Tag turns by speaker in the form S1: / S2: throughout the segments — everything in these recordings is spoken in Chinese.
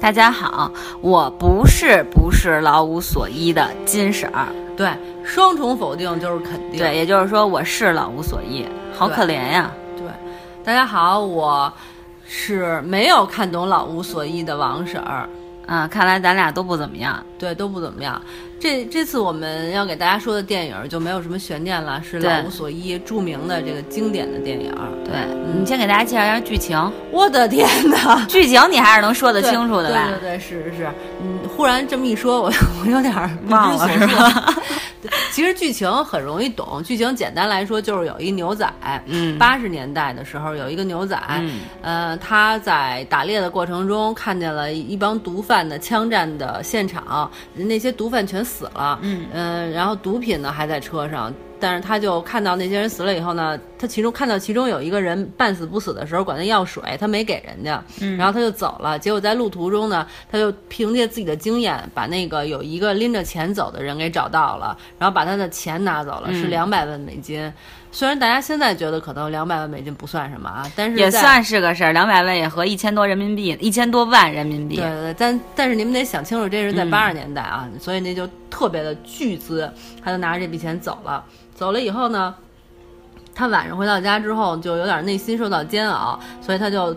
S1: 大家好，我不是不是老无所依的金婶儿，
S2: 对，双重否定就是肯定。
S1: 对，也就是说我是老无所依，好可怜呀。
S2: 对，大家好，我是没有看懂老无所依的王婶儿。
S1: 啊，看来咱俩都不怎么样。
S2: 对，都不怎么样。这这次我们要给大家说的电影就没有什么悬念了，是
S1: 对
S2: 老无所依著名的这个经典的电影。嗯
S1: 对，你先给大家介绍一下剧情，
S2: 我的天哪！
S1: 剧情你还是能说得清楚的吧？
S2: 对对对，是是是，嗯，忽然这么一说，我我有点儿不知
S1: 忘了
S2: 所
S1: 是
S2: 措。对其实剧情很容易懂，剧情简单来说就是有一牛仔，
S1: 嗯
S2: 八十年代的时候有一个牛仔，
S1: 嗯
S2: 呃，他在打猎的过程中看见了一帮毒贩的枪战的现场，那些毒贩全死了，呃
S1: 嗯
S2: 然后毒品呢还在车上。但是他就看到那些人死了以后呢，他其中看到其中有一个人半死不死的时候管他要水，他没给人家，
S1: 嗯
S2: 然后他就走了。结果在路途中呢，他就凭借自己的经验，把那个有一个拎着钱走的人给找到了，然后把他的钱拿走了，是
S1: 嗯
S2: 两百万美金。虽然大家现在觉得可能两百万美金不算什么啊，但是
S1: 也
S2: 在
S1: 算是个事儿，两百万也合一千多人民币，一千多万人民币
S2: 对。对对，但但是你们得想清楚，这是在八十年代啊，所以那就特别的巨资，他就拿着这笔钱走了。走了以后呢，他晚上回到家之后就有点内心受到煎熬，所以他就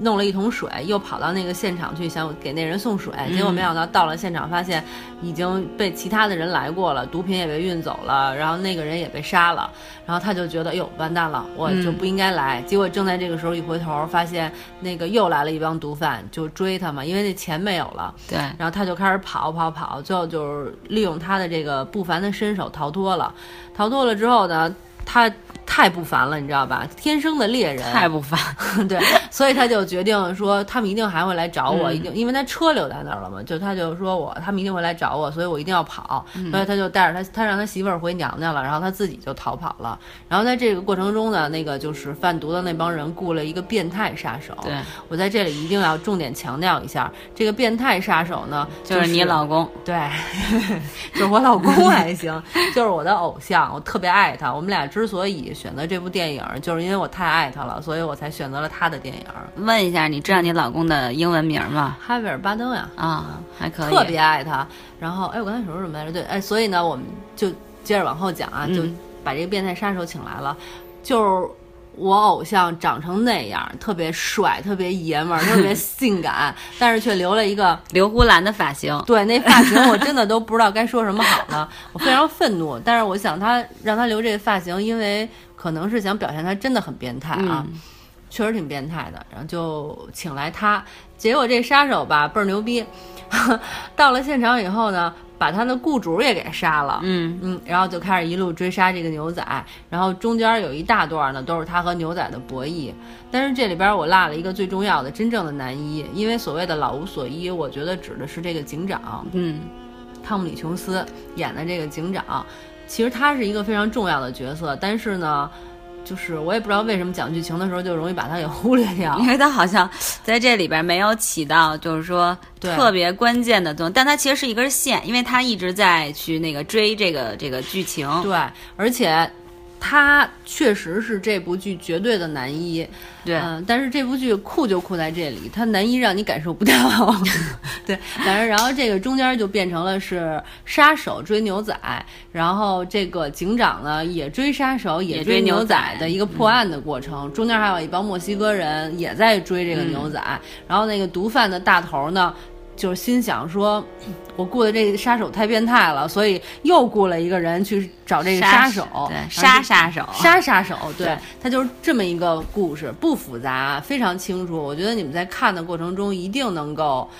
S2: 弄了一桶水，又跑到那个现场去想给那人送水，结果没想到到了现场发现已经被其他的人来过了，毒品也被运走了，然后那个人也被杀了，然后他就觉得哟完蛋了，我就不应该来。结果正在这个时候一回头，发现那个又来了一帮毒贩，就追他嘛，因为那钱没有了。
S1: 对，
S2: 然后他就开始跑跑跑，最后就是利用他的这个不凡的身手逃脱了。逃脱了之后呢，他太不凡了，你知道吧？天生的猎人，
S1: 太不凡。
S2: 对，所以他就决定说，他们一定还会来找
S1: 嗯
S2: 我，一定，因为他车留在那儿了嘛，就他就说我，他们一定会来找我，所以我一定要跑，
S1: 嗯
S2: 所以他就带着他，他让他媳妇儿回娘家了，然后他自己就逃跑了。然后在这个过程中呢，那个就是贩毒的那帮人雇了一个变态杀手，
S1: 对，
S2: 我在这里一定要重点强调一下，这个变态杀手呢，
S1: 就是你老公。
S2: 对，就是我老 公还行，就是我的偶像，我特别爱他。我们俩之所以选择这部电影，就是因为我太爱他了，所以我才选择了他的电影。
S1: 问一下，你知道你老公的英文名吗？
S2: 哈维尔·巴登呀、
S1: 啊，还可以。
S2: 特别爱他。然后，哎，我刚才说什么来着？对，哎，所以呢，我们就接着往后讲啊，就
S1: 嗯
S2: 把这个变态杀手请来了，就是。我偶像长成那样，特别帅，特别爷们儿，特别性 感，但是却留了一个
S1: 刘胡兰的发型。
S2: 对，那发型我真的都不知道该说什么好了，我非常愤怒。但是我想他让他留这个发型，因为可能是想表现他真的很变态啊，
S1: 嗯
S2: 确实挺变态的。然后就请来他，结果这杀手吧倍儿牛逼， 到了现场以后呢，把他的雇主也给杀了。
S1: 嗯，
S2: 嗯，然后就开始一路追杀这个牛仔，然后中间有一大段呢都是他和牛仔的博弈，但是这里边我落了一个最重要的真正的男一，因为所谓的老无所依，我觉得指的是这个警长，
S1: 嗯，
S2: 汤姆·李·琼斯演的这个警长，其实他是一个非常重要的角色，但是呢，就是我也不知道为什么讲剧情的时候就容易把他给忽略掉
S1: 因。为他好像在这里边没有起到就是说
S2: 对
S1: 特别关键的作用，但他其实是一根线，因为他一直在去那个追这个这个剧情。
S2: 对，而且他确实是这部剧绝对的男一，
S1: 对，
S2: 嗯，但是这部剧酷就酷在这里，它难以让你感受不到。 对，反正然后这个中间就变成了是杀手追牛仔，然后这个警长呢也追杀手，
S1: 也
S2: 也
S1: 追
S2: 追
S1: 牛
S2: 牛
S1: 仔嗯
S2: 仔的一个破案的过程。中间还有一帮墨西哥人也在追这个
S1: 嗯
S2: 牛仔，然后那个毒贩的大头呢，就是心想说。我雇的这杀手太变态了，所以又雇了一个人去找这个杀手，然
S1: 对，
S2: 后
S1: 杀
S2: 这
S1: 杀手，啊
S2: 杀杀手，啊对
S1: 对，
S2: 它就是这么一个故事，不复杂，非常清楚。我觉得你们在看的过程中一定能够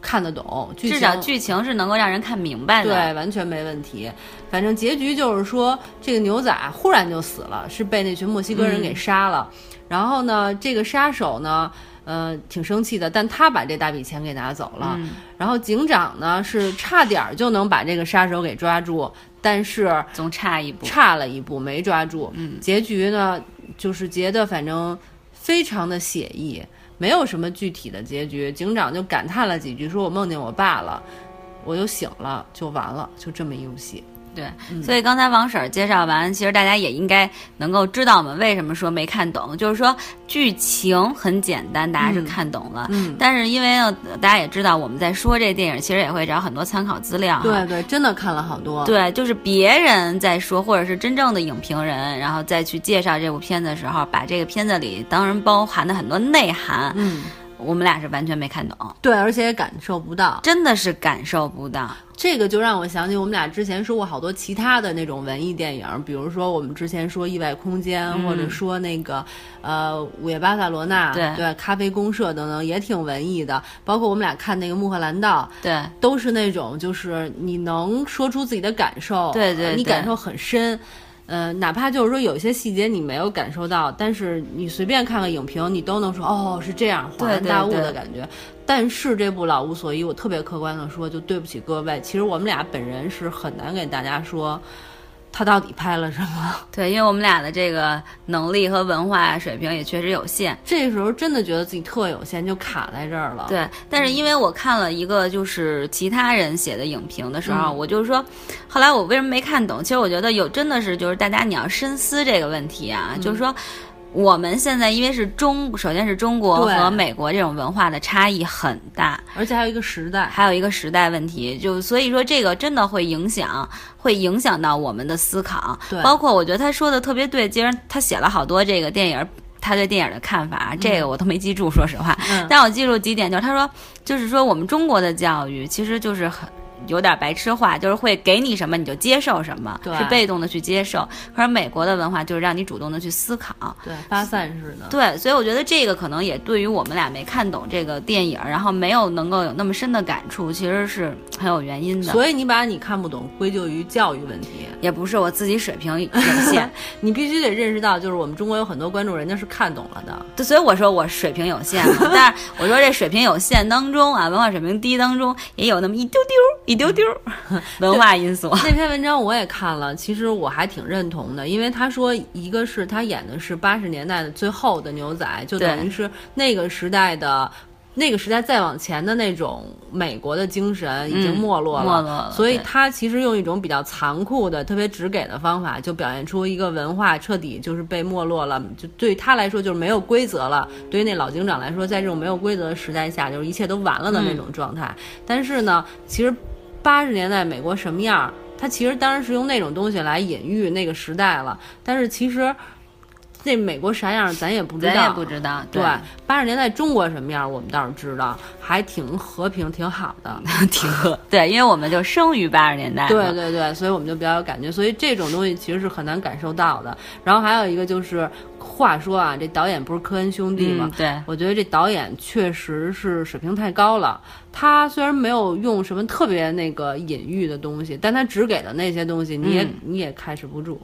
S2: 看得懂，剧
S1: 至
S2: 情
S1: 少剧情是能够让人看明白
S2: 对
S1: 的。
S2: 完全没问题。反正结局就是说，这个牛仔忽然就死了，是被那群墨西哥人给杀了。然后呢，这个杀手呢，呃，挺生气的，但他把这大笔钱给拿走
S1: 啊
S2: 了。然后警长呢，是差点儿就能把这个杀手给抓住，但是。
S1: 总差一步。
S2: 差了一步没抓住。结局呢，就是觉得反正非常的写意，没有什么具体的结局。警长就感叹了几句，说我梦见我爸了，我就醒了，就完了，就这么一部戏。
S1: 对，所以刚才王婶儿介绍完，其实大家也应该能够知道我们为什么说没看懂，就是说剧情很简单，大家是看懂了。
S2: 嗯，
S1: 但是因为呢，大家也知道我们在说这电影，其实也会找很多参考资料哈。啊
S2: 对对，真的看了好多。
S1: 对，就是别人在说，或者是真正的影评人，然后再去介绍这部片子的时候，把这个片子里当然包含的很多内涵，
S2: 嗯，
S1: 我们俩是完全没看懂，
S2: 对，而且也感受不到。
S1: 真的是感受不到。
S2: 这个就让我想起我们俩之前说过好多其他的那种文艺电影，比如说我们之前说《意外空间》，或者说那个呃《午夜巴塞罗那》
S1: 对
S2: 对，《咖啡公社》等等，也挺文艺的。包括我们俩看那个《穆赫兰道》，
S1: 对，
S2: 都是那种就是你能说出自己的感受，
S1: 对对
S2: 呃你
S1: 对
S2: 感受很深。呃，哪怕就是说有些细节你没有感受到，但是你随便看个影评，你都能说哦是这样恍然
S1: 对对
S2: 大悟的
S1: 对
S2: 感觉。但是这部《老无所依》，我特别客观的说，就对不起各位，其实我们俩本人是很难给大家说他到底拍了什么。
S1: 对，因为我们俩的这个能力和文化水平也确实有限。
S2: 这时候真的觉得自己特有限，就卡在这儿了。
S1: 对，但是因为我看了一个就是其他人写的影评的时候，
S2: 嗯
S1: 我就说，后来我为什么没看懂？其实我觉得有真的是就是大家你要深思这个问题
S2: 嗯
S1: 啊，就是说。我们现在因为是中，首先是中国
S2: 对
S1: 和美国这种文化的差异很大，
S2: 而且还有一个 时代，
S1: 还有一个时代问题，就所以说这个真的会影响，会影响到我们的思考。
S2: 对
S1: 包括我觉得他说的特别对，既然他写了好多这个电影，他对电影的看法，啊这个我都没记住，说实话。
S2: 嗯
S1: 但我记住几点，就是他说，就是说我们中国的教育其实就是很。有点白痴化，就是会给你什么你就接受什么，
S2: 对
S1: 是被动的去接受。可是美国的文化就是让你主动的去思考，
S2: 对，发散式的。
S1: 对，所以我觉得这个可能也对于我们俩没看懂这个电影，然后没有能够有那么深的感触，其实是很有原因的。
S2: 所以你把你看不懂归咎于教育问题，
S1: 也不是我自己水平有限，
S2: 你必须得认识到，就是我们中国有很多观众人家是看懂了的。
S1: 对所以我说我水平有限嘛。但是我说这水平有限当中啊，文化水平低当中也有那么一丢丢儿一丢丢儿 文化因素。
S2: 那篇文章我也看了，其实我还挺认同的，因为他说，一个是他演的是八十年代的最后的牛仔，就等于是那个时代的。那个时代再往前的那种美国的精神已经
S1: 嗯
S2: 没落了，
S1: 没落了
S2: 所以
S1: 对
S2: 他其实用一种比较残酷的、特别直给的方法，就表现出一个文化彻底就是被没落了，就对他来说就是没有规则了。对于那老警长来说，在这种没有规则的时代下，就是一切都完了的
S1: 嗯
S2: 那种状态。但是呢，其实八十年代美国什么样儿，它其实当然是用那种东西来隐喻那个时代了。但是其实那美国啥样儿，咱也不知道，
S1: 咱也不知道，
S2: 对，八十年代中国什么样儿，我们倒是知道，还挺和平，挺好的。
S1: 挺饿。 对，因为我们就生于八十年代嘛，
S2: 对对对，所以我们就比较有感觉，所以这种东西其实是很难感受到的。然后还有一个就是，话说啊，这导演不是科恩兄弟
S1: 嗯，
S2: 吗？
S1: 对，
S2: 我觉得这导演确实是水平太高了。他虽然没有用什么特别那个隐喻的东西，但他只给的那些东西，你也、
S1: 嗯
S2: 你也开始不住。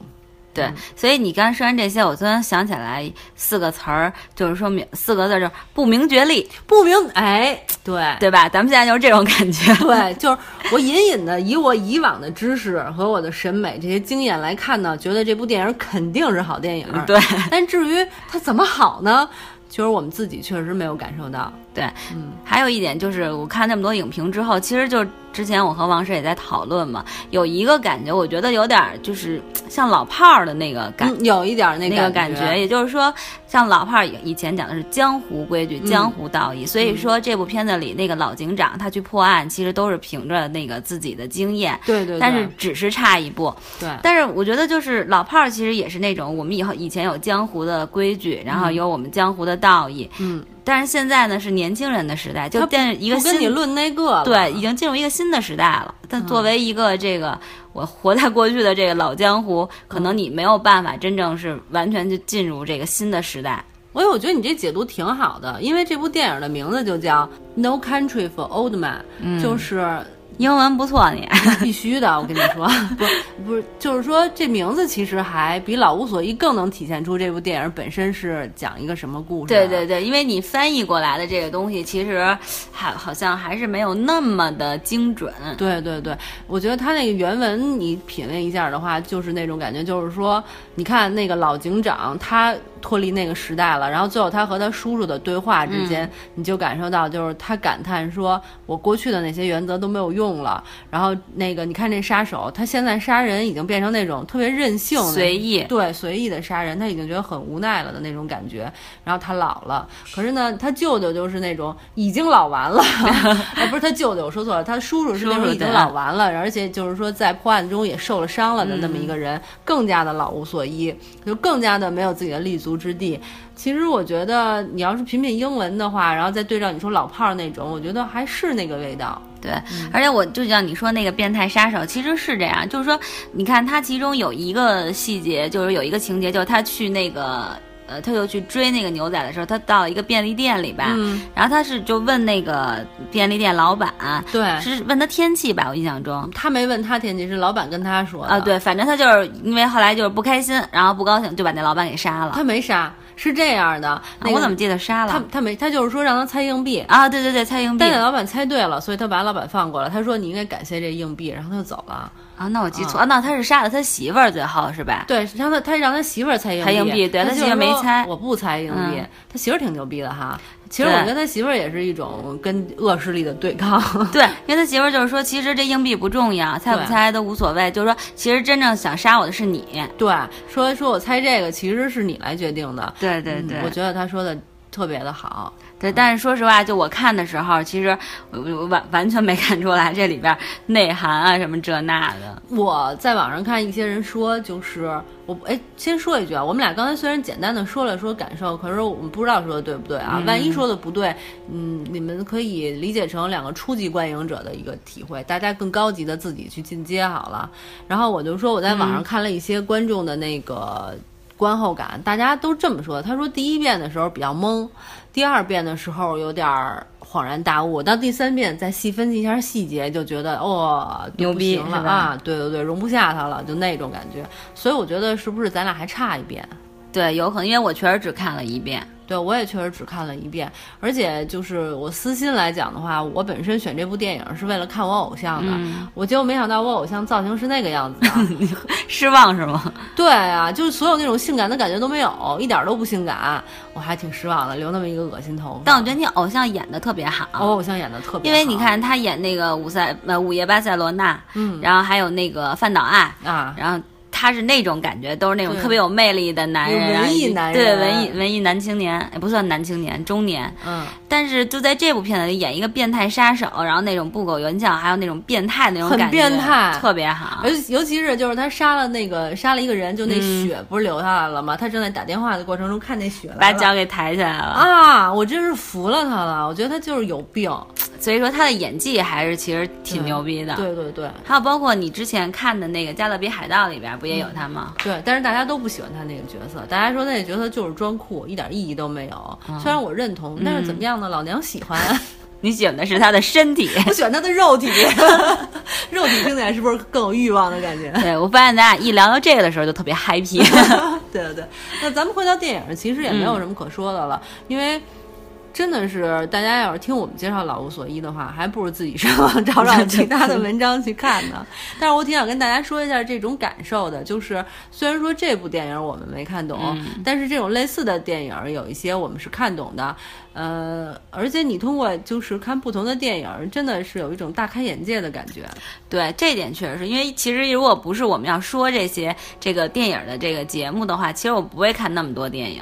S1: 对，所以你刚说完这些，我突然想起来四个词儿，就是说明四个字儿就是不明觉厉，
S2: 不明哎，对
S1: 对吧？咱们现在就是这种感觉。
S2: 对，就是我隐隐的以我以往的知识和我的审美这些经验来看呢，觉得这部电影肯定是好电影。
S1: 嗯对
S2: 但至于它怎么好呢，就是我们自己确实没有感受到。
S1: 对，
S2: 嗯
S1: 还有一点就是，我看那么多影评之后，其实就是之前我和王石也在讨论嘛，有一个感觉，我觉得有点儿就是像老炮儿的那个感
S2: 嗯，有一点那
S1: 那个
S2: 感
S1: 感觉，也就是说，像老炮儿以前讲的是江湖规矩、
S2: 嗯
S1: 江湖道义，所以说这部片子里那个老警长他去破案，其实都是凭着那个自己的经验，
S2: 对对对，嗯
S1: 但是只是差一步。
S2: 对
S1: 但是我觉得就是老炮儿其实也是那种我们以后以前有江湖的规矩，然后有我们江湖的道义，
S2: 嗯，
S1: 但是现在呢是年轻人的时代，就
S2: 他
S1: 变一个
S2: 不跟你
S1: 新。
S2: 论那个了
S1: 对，已经进入一个新的时代了。但作为一个这个、我活在过去的这个老江湖，可能你没有办法真正是完全就进入这个新的时代。
S2: 我我觉得你这解读挺好的，因为这部电影的名字就叫《No Country for Old Men》，就是
S1: 嗯英文不错 你，啊
S2: 必须的。我跟你 说，不是不是，就是说这名字其实还比《老无所依》更能体现出这部电影本身是讲一个什么故事。啊
S1: 对对，对，因为你翻译过来的这个东西，其实还好像还是没有那么的精准。
S2: 对对对，我觉得他那个原文你品味一下的话，就是那种感觉，就是说，你看那个老警长，他脱离那个时代了。然后最后他和他叔叔的对话之间，你就感受到就是他感叹说：“我过去的那些原则都没有用了。”然后那个你看这杀手，他现在杀人已经变成那种特别任性的、
S1: 随意
S2: 对随意的杀人，他已经觉得很无奈了的那种感觉。然后他老了，可是呢，他舅舅就是那种已经老完了， 哎，不是他舅舅，我说错了，他叔叔是那
S1: 叔
S2: 种
S1: 叔
S2: 已经
S1: 对
S2: 老完了，而且就是说在破案中也受了伤了的那么一个
S1: 嗯
S2: 人，更加的老无所依，就更加的没有自己的立足之地。其实我觉得你要是品品英文的话，然后再对照你说老炮儿那种，我觉得还是那个味道。
S1: 对，而且我就像你说那个变态杀手，其实是这样，就是说，你看他其中有一个细节，就是有一个情节，就是他去那个。呃，他就去追那个牛仔的时候，他到一个便利店里吧，
S2: 嗯
S1: 然后他是就问那个便利店老板，
S2: 对，
S1: 是问他天气吧，我印象中，
S2: 他没问他天气，是老板跟他说的
S1: 啊，。对，反正他就是因为后来就是不开心，然后不高兴，就把那老板给杀了。
S2: 他没杀，是这样的。那
S1: 啊
S2: 个
S1: 我怎么记得杀
S2: 他
S1: 了？
S2: 他没他就是说让他猜硬币，
S1: 啊，对对对，蔡英币
S2: 但那老板猜对了，所以他把老板放过了。他说你应该感谢这硬币，然后他就走了。
S1: 啊，那我记错啊，那他是杀了他媳妇儿，最后是吧？
S2: 对，让他他让他媳妇儿猜硬币，
S1: 猜硬币对
S2: 他
S1: 他
S2: 就
S1: 媳妇儿没
S2: 说
S1: 猜
S2: 我不猜硬币，
S1: 嗯
S2: 他媳妇儿挺牛逼的哈。其实
S1: 对
S2: 我跟他媳妇儿也是一种跟恶势力的对抗。
S1: 对，因为他媳妇儿就是说，其实这硬币不重要，猜不
S2: 对
S1: 猜都无所谓，就是说，其实真正想杀我的是你。
S2: 对，说说我猜这个其实是你来决定的。
S1: 对对对，
S2: 嗯我觉得他说的特别的好。
S1: 对，但是说实话，就我看的时候，其实我我完完全没看出来这里边内涵啊什么这那的。
S2: 我在网上看一些人说，就是我哎，先说一句啊，我们俩刚才虽然简单的说了说感受，可是我们不知道说的对不对啊。万一说的不对，嗯，你们可以理解成两个初级观影者的一个体会，大家更高级的自己去进阶好了。然后我就说我在网上看了一些观众的那个观后感，大家都这么说。他说第一遍的时候比较懵，第二遍的时候有点儿恍然大悟，到第三遍再细分析一下细节，就觉得哦，就
S1: 牛
S2: 不
S1: 逼
S2: 行了
S1: 是吧
S2: 啊！对对对，容不下他了，就那种感觉。所以我觉得是不是咱俩还差一遍？
S1: 对，有可能因为我确实只看了一遍。
S2: 对，我也确实只看了一遍，而且就是我私心来讲的话，我本身选这部电影是为了看我偶像的，
S1: 嗯
S2: 我结果没想到我偶像造型是那个样 子啊！
S1: 失望是吗？
S2: 对啊，就是所有那种性感的感觉都没有，一点儿都不性感，我还挺失望的，留那么一个恶心头发。
S1: 但我觉得你偶像演的特别好。
S2: 我偶像演的特别
S1: 因
S2: 好，
S1: 为你看他演那个午塞呃午夜巴塞罗那，嗯，然后还有那个饭岛爱，
S2: 啊，
S1: 然后他是那种感觉，都是那种
S2: 对
S1: 特别有魅力的男人啊，
S2: 有文艺
S1: 一
S2: 男
S1: 对
S2: 人
S1: 文艺文艺男青年，也不算男青年，中年。
S2: 嗯，
S1: 但是就在这部片子里演一个变态杀手，然后那种不苟言笑，还有那种变态的那种
S2: 很
S1: 感觉，
S2: 变态
S1: 特别好
S2: 尤。尤其是就是他杀了那个杀了一个人，就那
S1: 嗯
S2: 血不是流下来了吗？他正在打电话的过程中看那血来了
S1: 把脚给抬起来了，
S2: 啊，我真是服了他了，我觉得他就是有病，
S1: 所以说他的演技还是其实挺
S2: 对
S1: 牛逼的。
S2: 对对对
S1: 还有包括你之前看的那个《加勒比海盗》里边不也有他吗？
S2: 对，但是大家都不喜欢他那个角色，大家说那个角色就是装酷，一点意义都没有。虽然我认同，但是怎么样呢？老娘喜欢，
S1: 你喜欢的是他的身体。
S2: 我喜欢他的肉体， 肉体听起来是不是更有欲望的感觉？
S1: 对，我发现咱俩一聊到这个的时候就特别 happy。
S2: 对对对，那咱们回到电影，其实也没有什么可说的了，因为真的是大家要是听我们介绍《老无所依》的话，还不如自己上网 找找其他的文章去看呢。但是我挺想跟大家说一下这种感受的，就是虽然说这部电影我们没看懂，但是这种类似的电影有一些我们是看懂的。呃，而且你通过就是看不同的电影，真的是有一种大开眼界的感觉。
S1: 对，这点确实是因为其实如果不是我们要说这些这个电影的这个节目的话，其实我不会看那么多电影。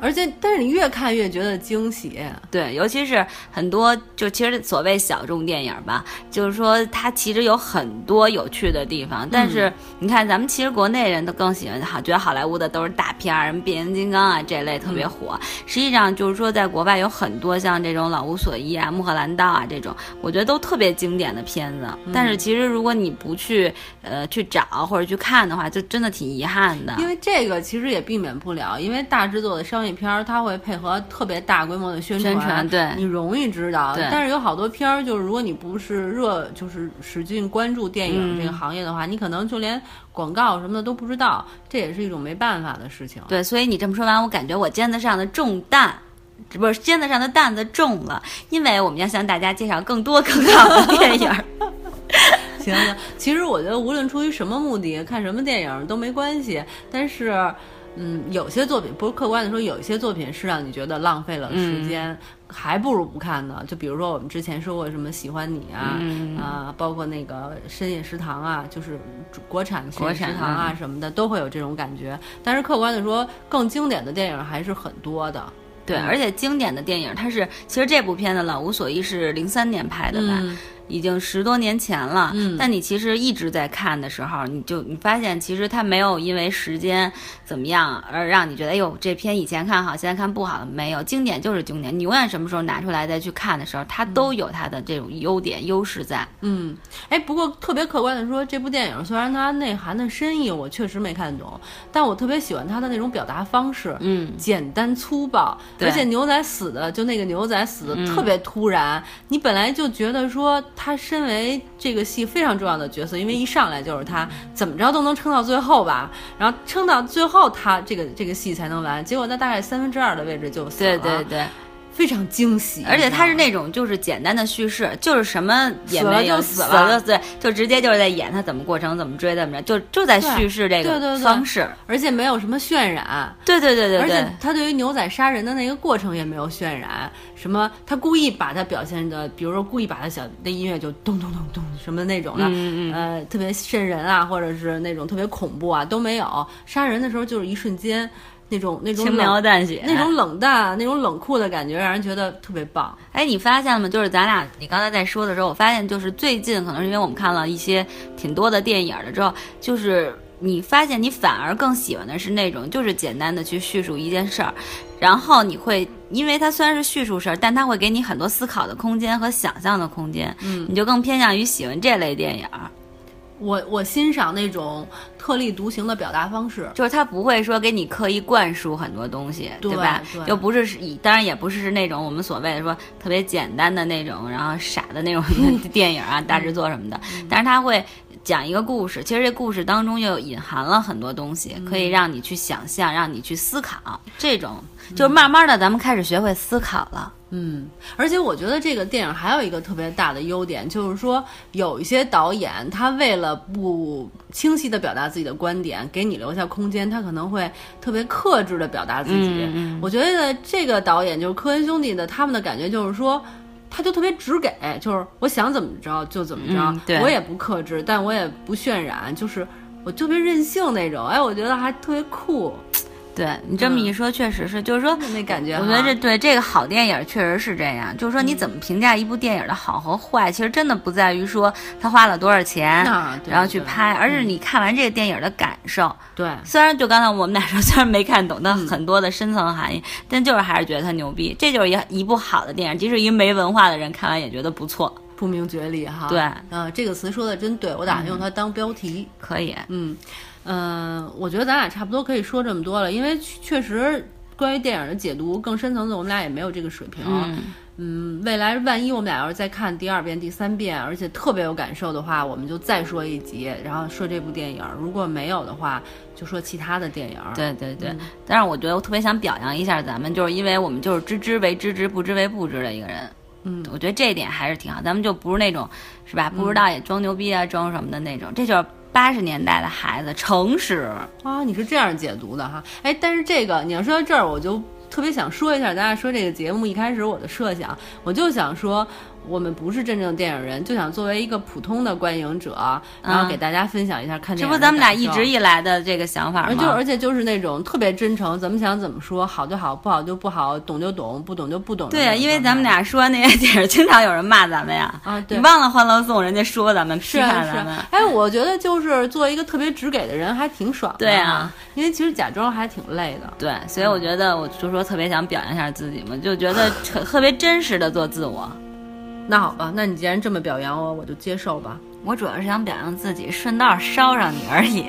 S2: 而且，但是你越看越觉得惊喜。
S1: 对，尤其是很多就其实所谓小众电影吧，就是说它其实有很多有趣的地方。但是你看，咱们其实国内人都更喜欢好，觉得好莱坞的都是大片儿，什么变形金刚啊这类特别火。实际上就是说，在国外有很多像这种老无所依啊、穆赫兰道啊这种，我觉得都特别经典的片子。但是其实如果你不去呃去找或者去看的话，就真的挺遗憾的。
S2: 因为这个其实也避免不了，因为大制作的商业片儿，它会配合特别大规模的宣
S1: 宣传对
S2: 你容易知道。
S1: 对
S2: 但是有好多片儿，就是如果你不是热，就是使劲关注电影
S1: 嗯
S2: 这个行业的话，你可能就连广告什么的都不知道，这也是一种没办法的事情。
S1: 对，所以你这么说完，我感觉我肩子上的重担。不是肩子上的担子重了，因为我们要向大家介绍更多更好的电 影儿。
S2: 行行，其实我觉得无论出于什么目的看什么电影都没关系，但是。嗯，有些作品不是客观的说，有一些作品是让你觉得浪费了时间，
S1: 嗯
S2: 还不如不看呢。就比如说我们之前说过什么《喜欢你》啊，
S1: 嗯
S2: 啊，包括那个《深夜食堂》啊，就是国产的《深夜
S1: 国
S2: 食
S1: 产嗯
S2: 堂》啊什么的，都会有这种感觉。但是客观的说，更经典的电影还是很多的。
S1: 对，而且经典的电影，它是其实这部片子《老无所依》是零三年拍的吧，已经十多年前了。嗯，但你其实一直在看的时候，你就你发现其实它没有因为时间怎么样而让你觉得，哎呦，这片以前看好，现在看不好了。没有，经典就是经典，你永远什么时候拿出来再去看的时候，它都有它的这种优点、优势在。
S2: 嗯，哎，不过特别客观的说，这部电影虽然它内涵的深意我确实没看懂，但我特别喜欢它的那种表达方式，
S1: 嗯，
S2: 简单粗暴，
S1: 对
S2: 而且牛仔死的就那个牛仔死的特别突然，你本来就觉得说他身为这个戏非常重要的角色，因为一上来就是他，怎么着都能撑到最后吧，然后撑到最后他这个这个戏才能完，结果在大概三分之二的位置就死
S1: 对
S2: 了，
S1: 对对，
S2: 非常惊喜，
S1: 而且它是
S2: 你知道吗
S1: 那种就是简单的叙事，就是什么也
S2: 死了
S1: 没有，
S2: 就
S1: 死
S2: 死
S1: 了
S2: 了
S1: 就对，就直接就是在演他怎么过程，怎么追，怎么着，就就在
S2: 对
S1: 叙事这
S2: 对
S1: 个
S2: 对对
S1: 方式。
S2: 而且没有什么渲染。
S1: 对对对对
S2: 而
S1: 对
S2: 且他对于牛仔杀人的那个过程也没有渲染，什么他故意把他表现的，比如说故意把他小那音乐就咚咚咚咚什么那种的，
S1: 嗯
S2: 呃，特别瘆人啊，或者是那种特别恐怖啊都没有。杀人的时候就是一瞬间，那种那种
S1: 轻描
S2: 冷
S1: 淡写
S2: 那种。冷淡、那种冷酷的感觉，让人觉得特别棒。
S1: 哎，你发现了吗？就是咱俩你刚才在说的时候，我发现就是最近可能是因为我们看了一些挺多的电影了之后，就是。你发现你反而更喜欢的是那种，就是简单的去叙述一件事儿，然后你会，因为它虽然是叙述事儿，但它会给你很多思考的空间和想象的空间，嗯，你就更偏向于喜欢这类电影儿，
S2: 我我欣赏那种特立独行的表达方式，
S1: 就是它不会说给你刻意灌输很多东西，
S2: 对
S1: 吧？
S2: 对
S1: 又不是是以，当然也不是那种我们所谓的说特别简单的那种，然后傻的那种电影啊、大制作什么的，但是它会讲一个故事，其实这故事当中又隐含了很多东西，可以让你去想象，让你去思考。这种就是慢慢的，咱们开始学会思考了。
S2: 嗯，而且我觉得这个电影还有一个特别大的优点，就是说有一些导演他为了不清晰的表达自己的观点，给你留下空间，他可能会特别克制的表达自己。
S1: 嗯
S2: 我觉得这个导演就是科恩兄弟的，他们的感觉就是说。他就特别直给，就是我想怎么着就怎么着，
S1: 嗯对
S2: 我也不克制，但我也不渲染，就是我特别任性那种。哎，我觉得还特别酷，
S1: 对你这么一说，确实是，就是说
S2: 那感觉
S1: 我觉得
S2: 哈
S1: 这对这个好电影确实是这样，就是说你怎么评价一部电影的好和坏，其实真的不在于说他花了多少钱
S2: 那，对
S1: 然后去
S2: 对
S1: 拍，而是你看完这个电影的感受。
S2: 对，
S1: 虽然就刚才我们俩说，虽然没看懂，但很多的深层含义，但就是还是觉得它牛逼。这就是一一部好的电影，即使一没文化的人看完也觉得不错。
S2: 不明觉厉哈。
S1: 对
S2: 呃，这个词说的真对，我打算用它当标题。
S1: 可以，
S2: 嗯，呃，我觉得咱俩差不多可以说这么多了，因为确确实关于电影的解读更深层次，我们俩也没有这个水平。
S1: 嗯，
S2: 嗯未来万一我们俩要是再看第二遍、第三遍，而且特别有感受的话，我们就再说一集，然后说这部电影。如果没有的话，就说其他的电影。，
S1: 对对对。但是我觉得我特别想表扬一下咱们，就是因为我们就是知之为知之，不知为不知的一个人。
S2: 嗯，
S1: 我觉得这一点还是挺好，咱们就不是那种是吧？不知道也装牛逼啊，装什么的那种，这就是八十年代的孩子诚实。
S2: 啊，你是这样解读的哈？哎，但是这个你要说到这儿，我就特别想说一下，咱俩说这个节目一开始我的设想，我就想说，我们不是真正的电影人，就想作为一个普通的观影者，然后给大家分享一下看
S1: 这
S2: 电影
S1: 不
S2: 的感受。
S1: 咱们俩一嗯直以来的这个想法
S2: 而
S1: 吗？
S2: 就而且就是那种特别真诚，怎么想怎么说，好就好，不好就不好，懂就懂，不懂就不懂的
S1: 对
S2: 那
S1: 呀，
S2: 种状态。
S1: 因为咱们俩说那些电影，经常有人骂咱们呀。
S2: 啊，对
S1: 你，忘了《欢乐颂》，人家说咱们批
S2: 是啊
S1: 判
S2: 是
S1: 咱们。
S2: 啊，哎，我觉得就是作为一个特别直给的人，还挺爽的。
S1: 对啊，
S2: 因为其实假装还挺累的。
S1: 对，所以我觉得，我就说特别想表扬一下自己嘛，就觉得特特别真实的做自我。
S2: 那好吧，那你既然这么表扬我，我就接受吧。
S1: 我主要是想表扬自己，顺道捎上你而已。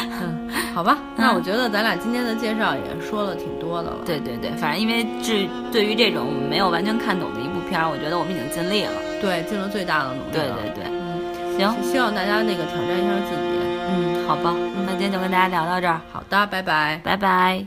S2: 好吧，
S1: 嗯
S2: 那我觉得咱俩今天的介绍也说了挺多的了。
S1: 对对对，反正因为至对于这种我们没有完全看懂的一部片儿，我觉得我们已经尽力了。
S2: 对，尽了最大的努力
S1: 对
S2: 了。
S1: 对对，
S2: 嗯，
S1: 行，
S2: 希望大家那个挑战一下自己。
S1: 嗯，好吧，那今天就跟大家聊到这儿，
S2: 好的，拜拜。
S1: 拜拜。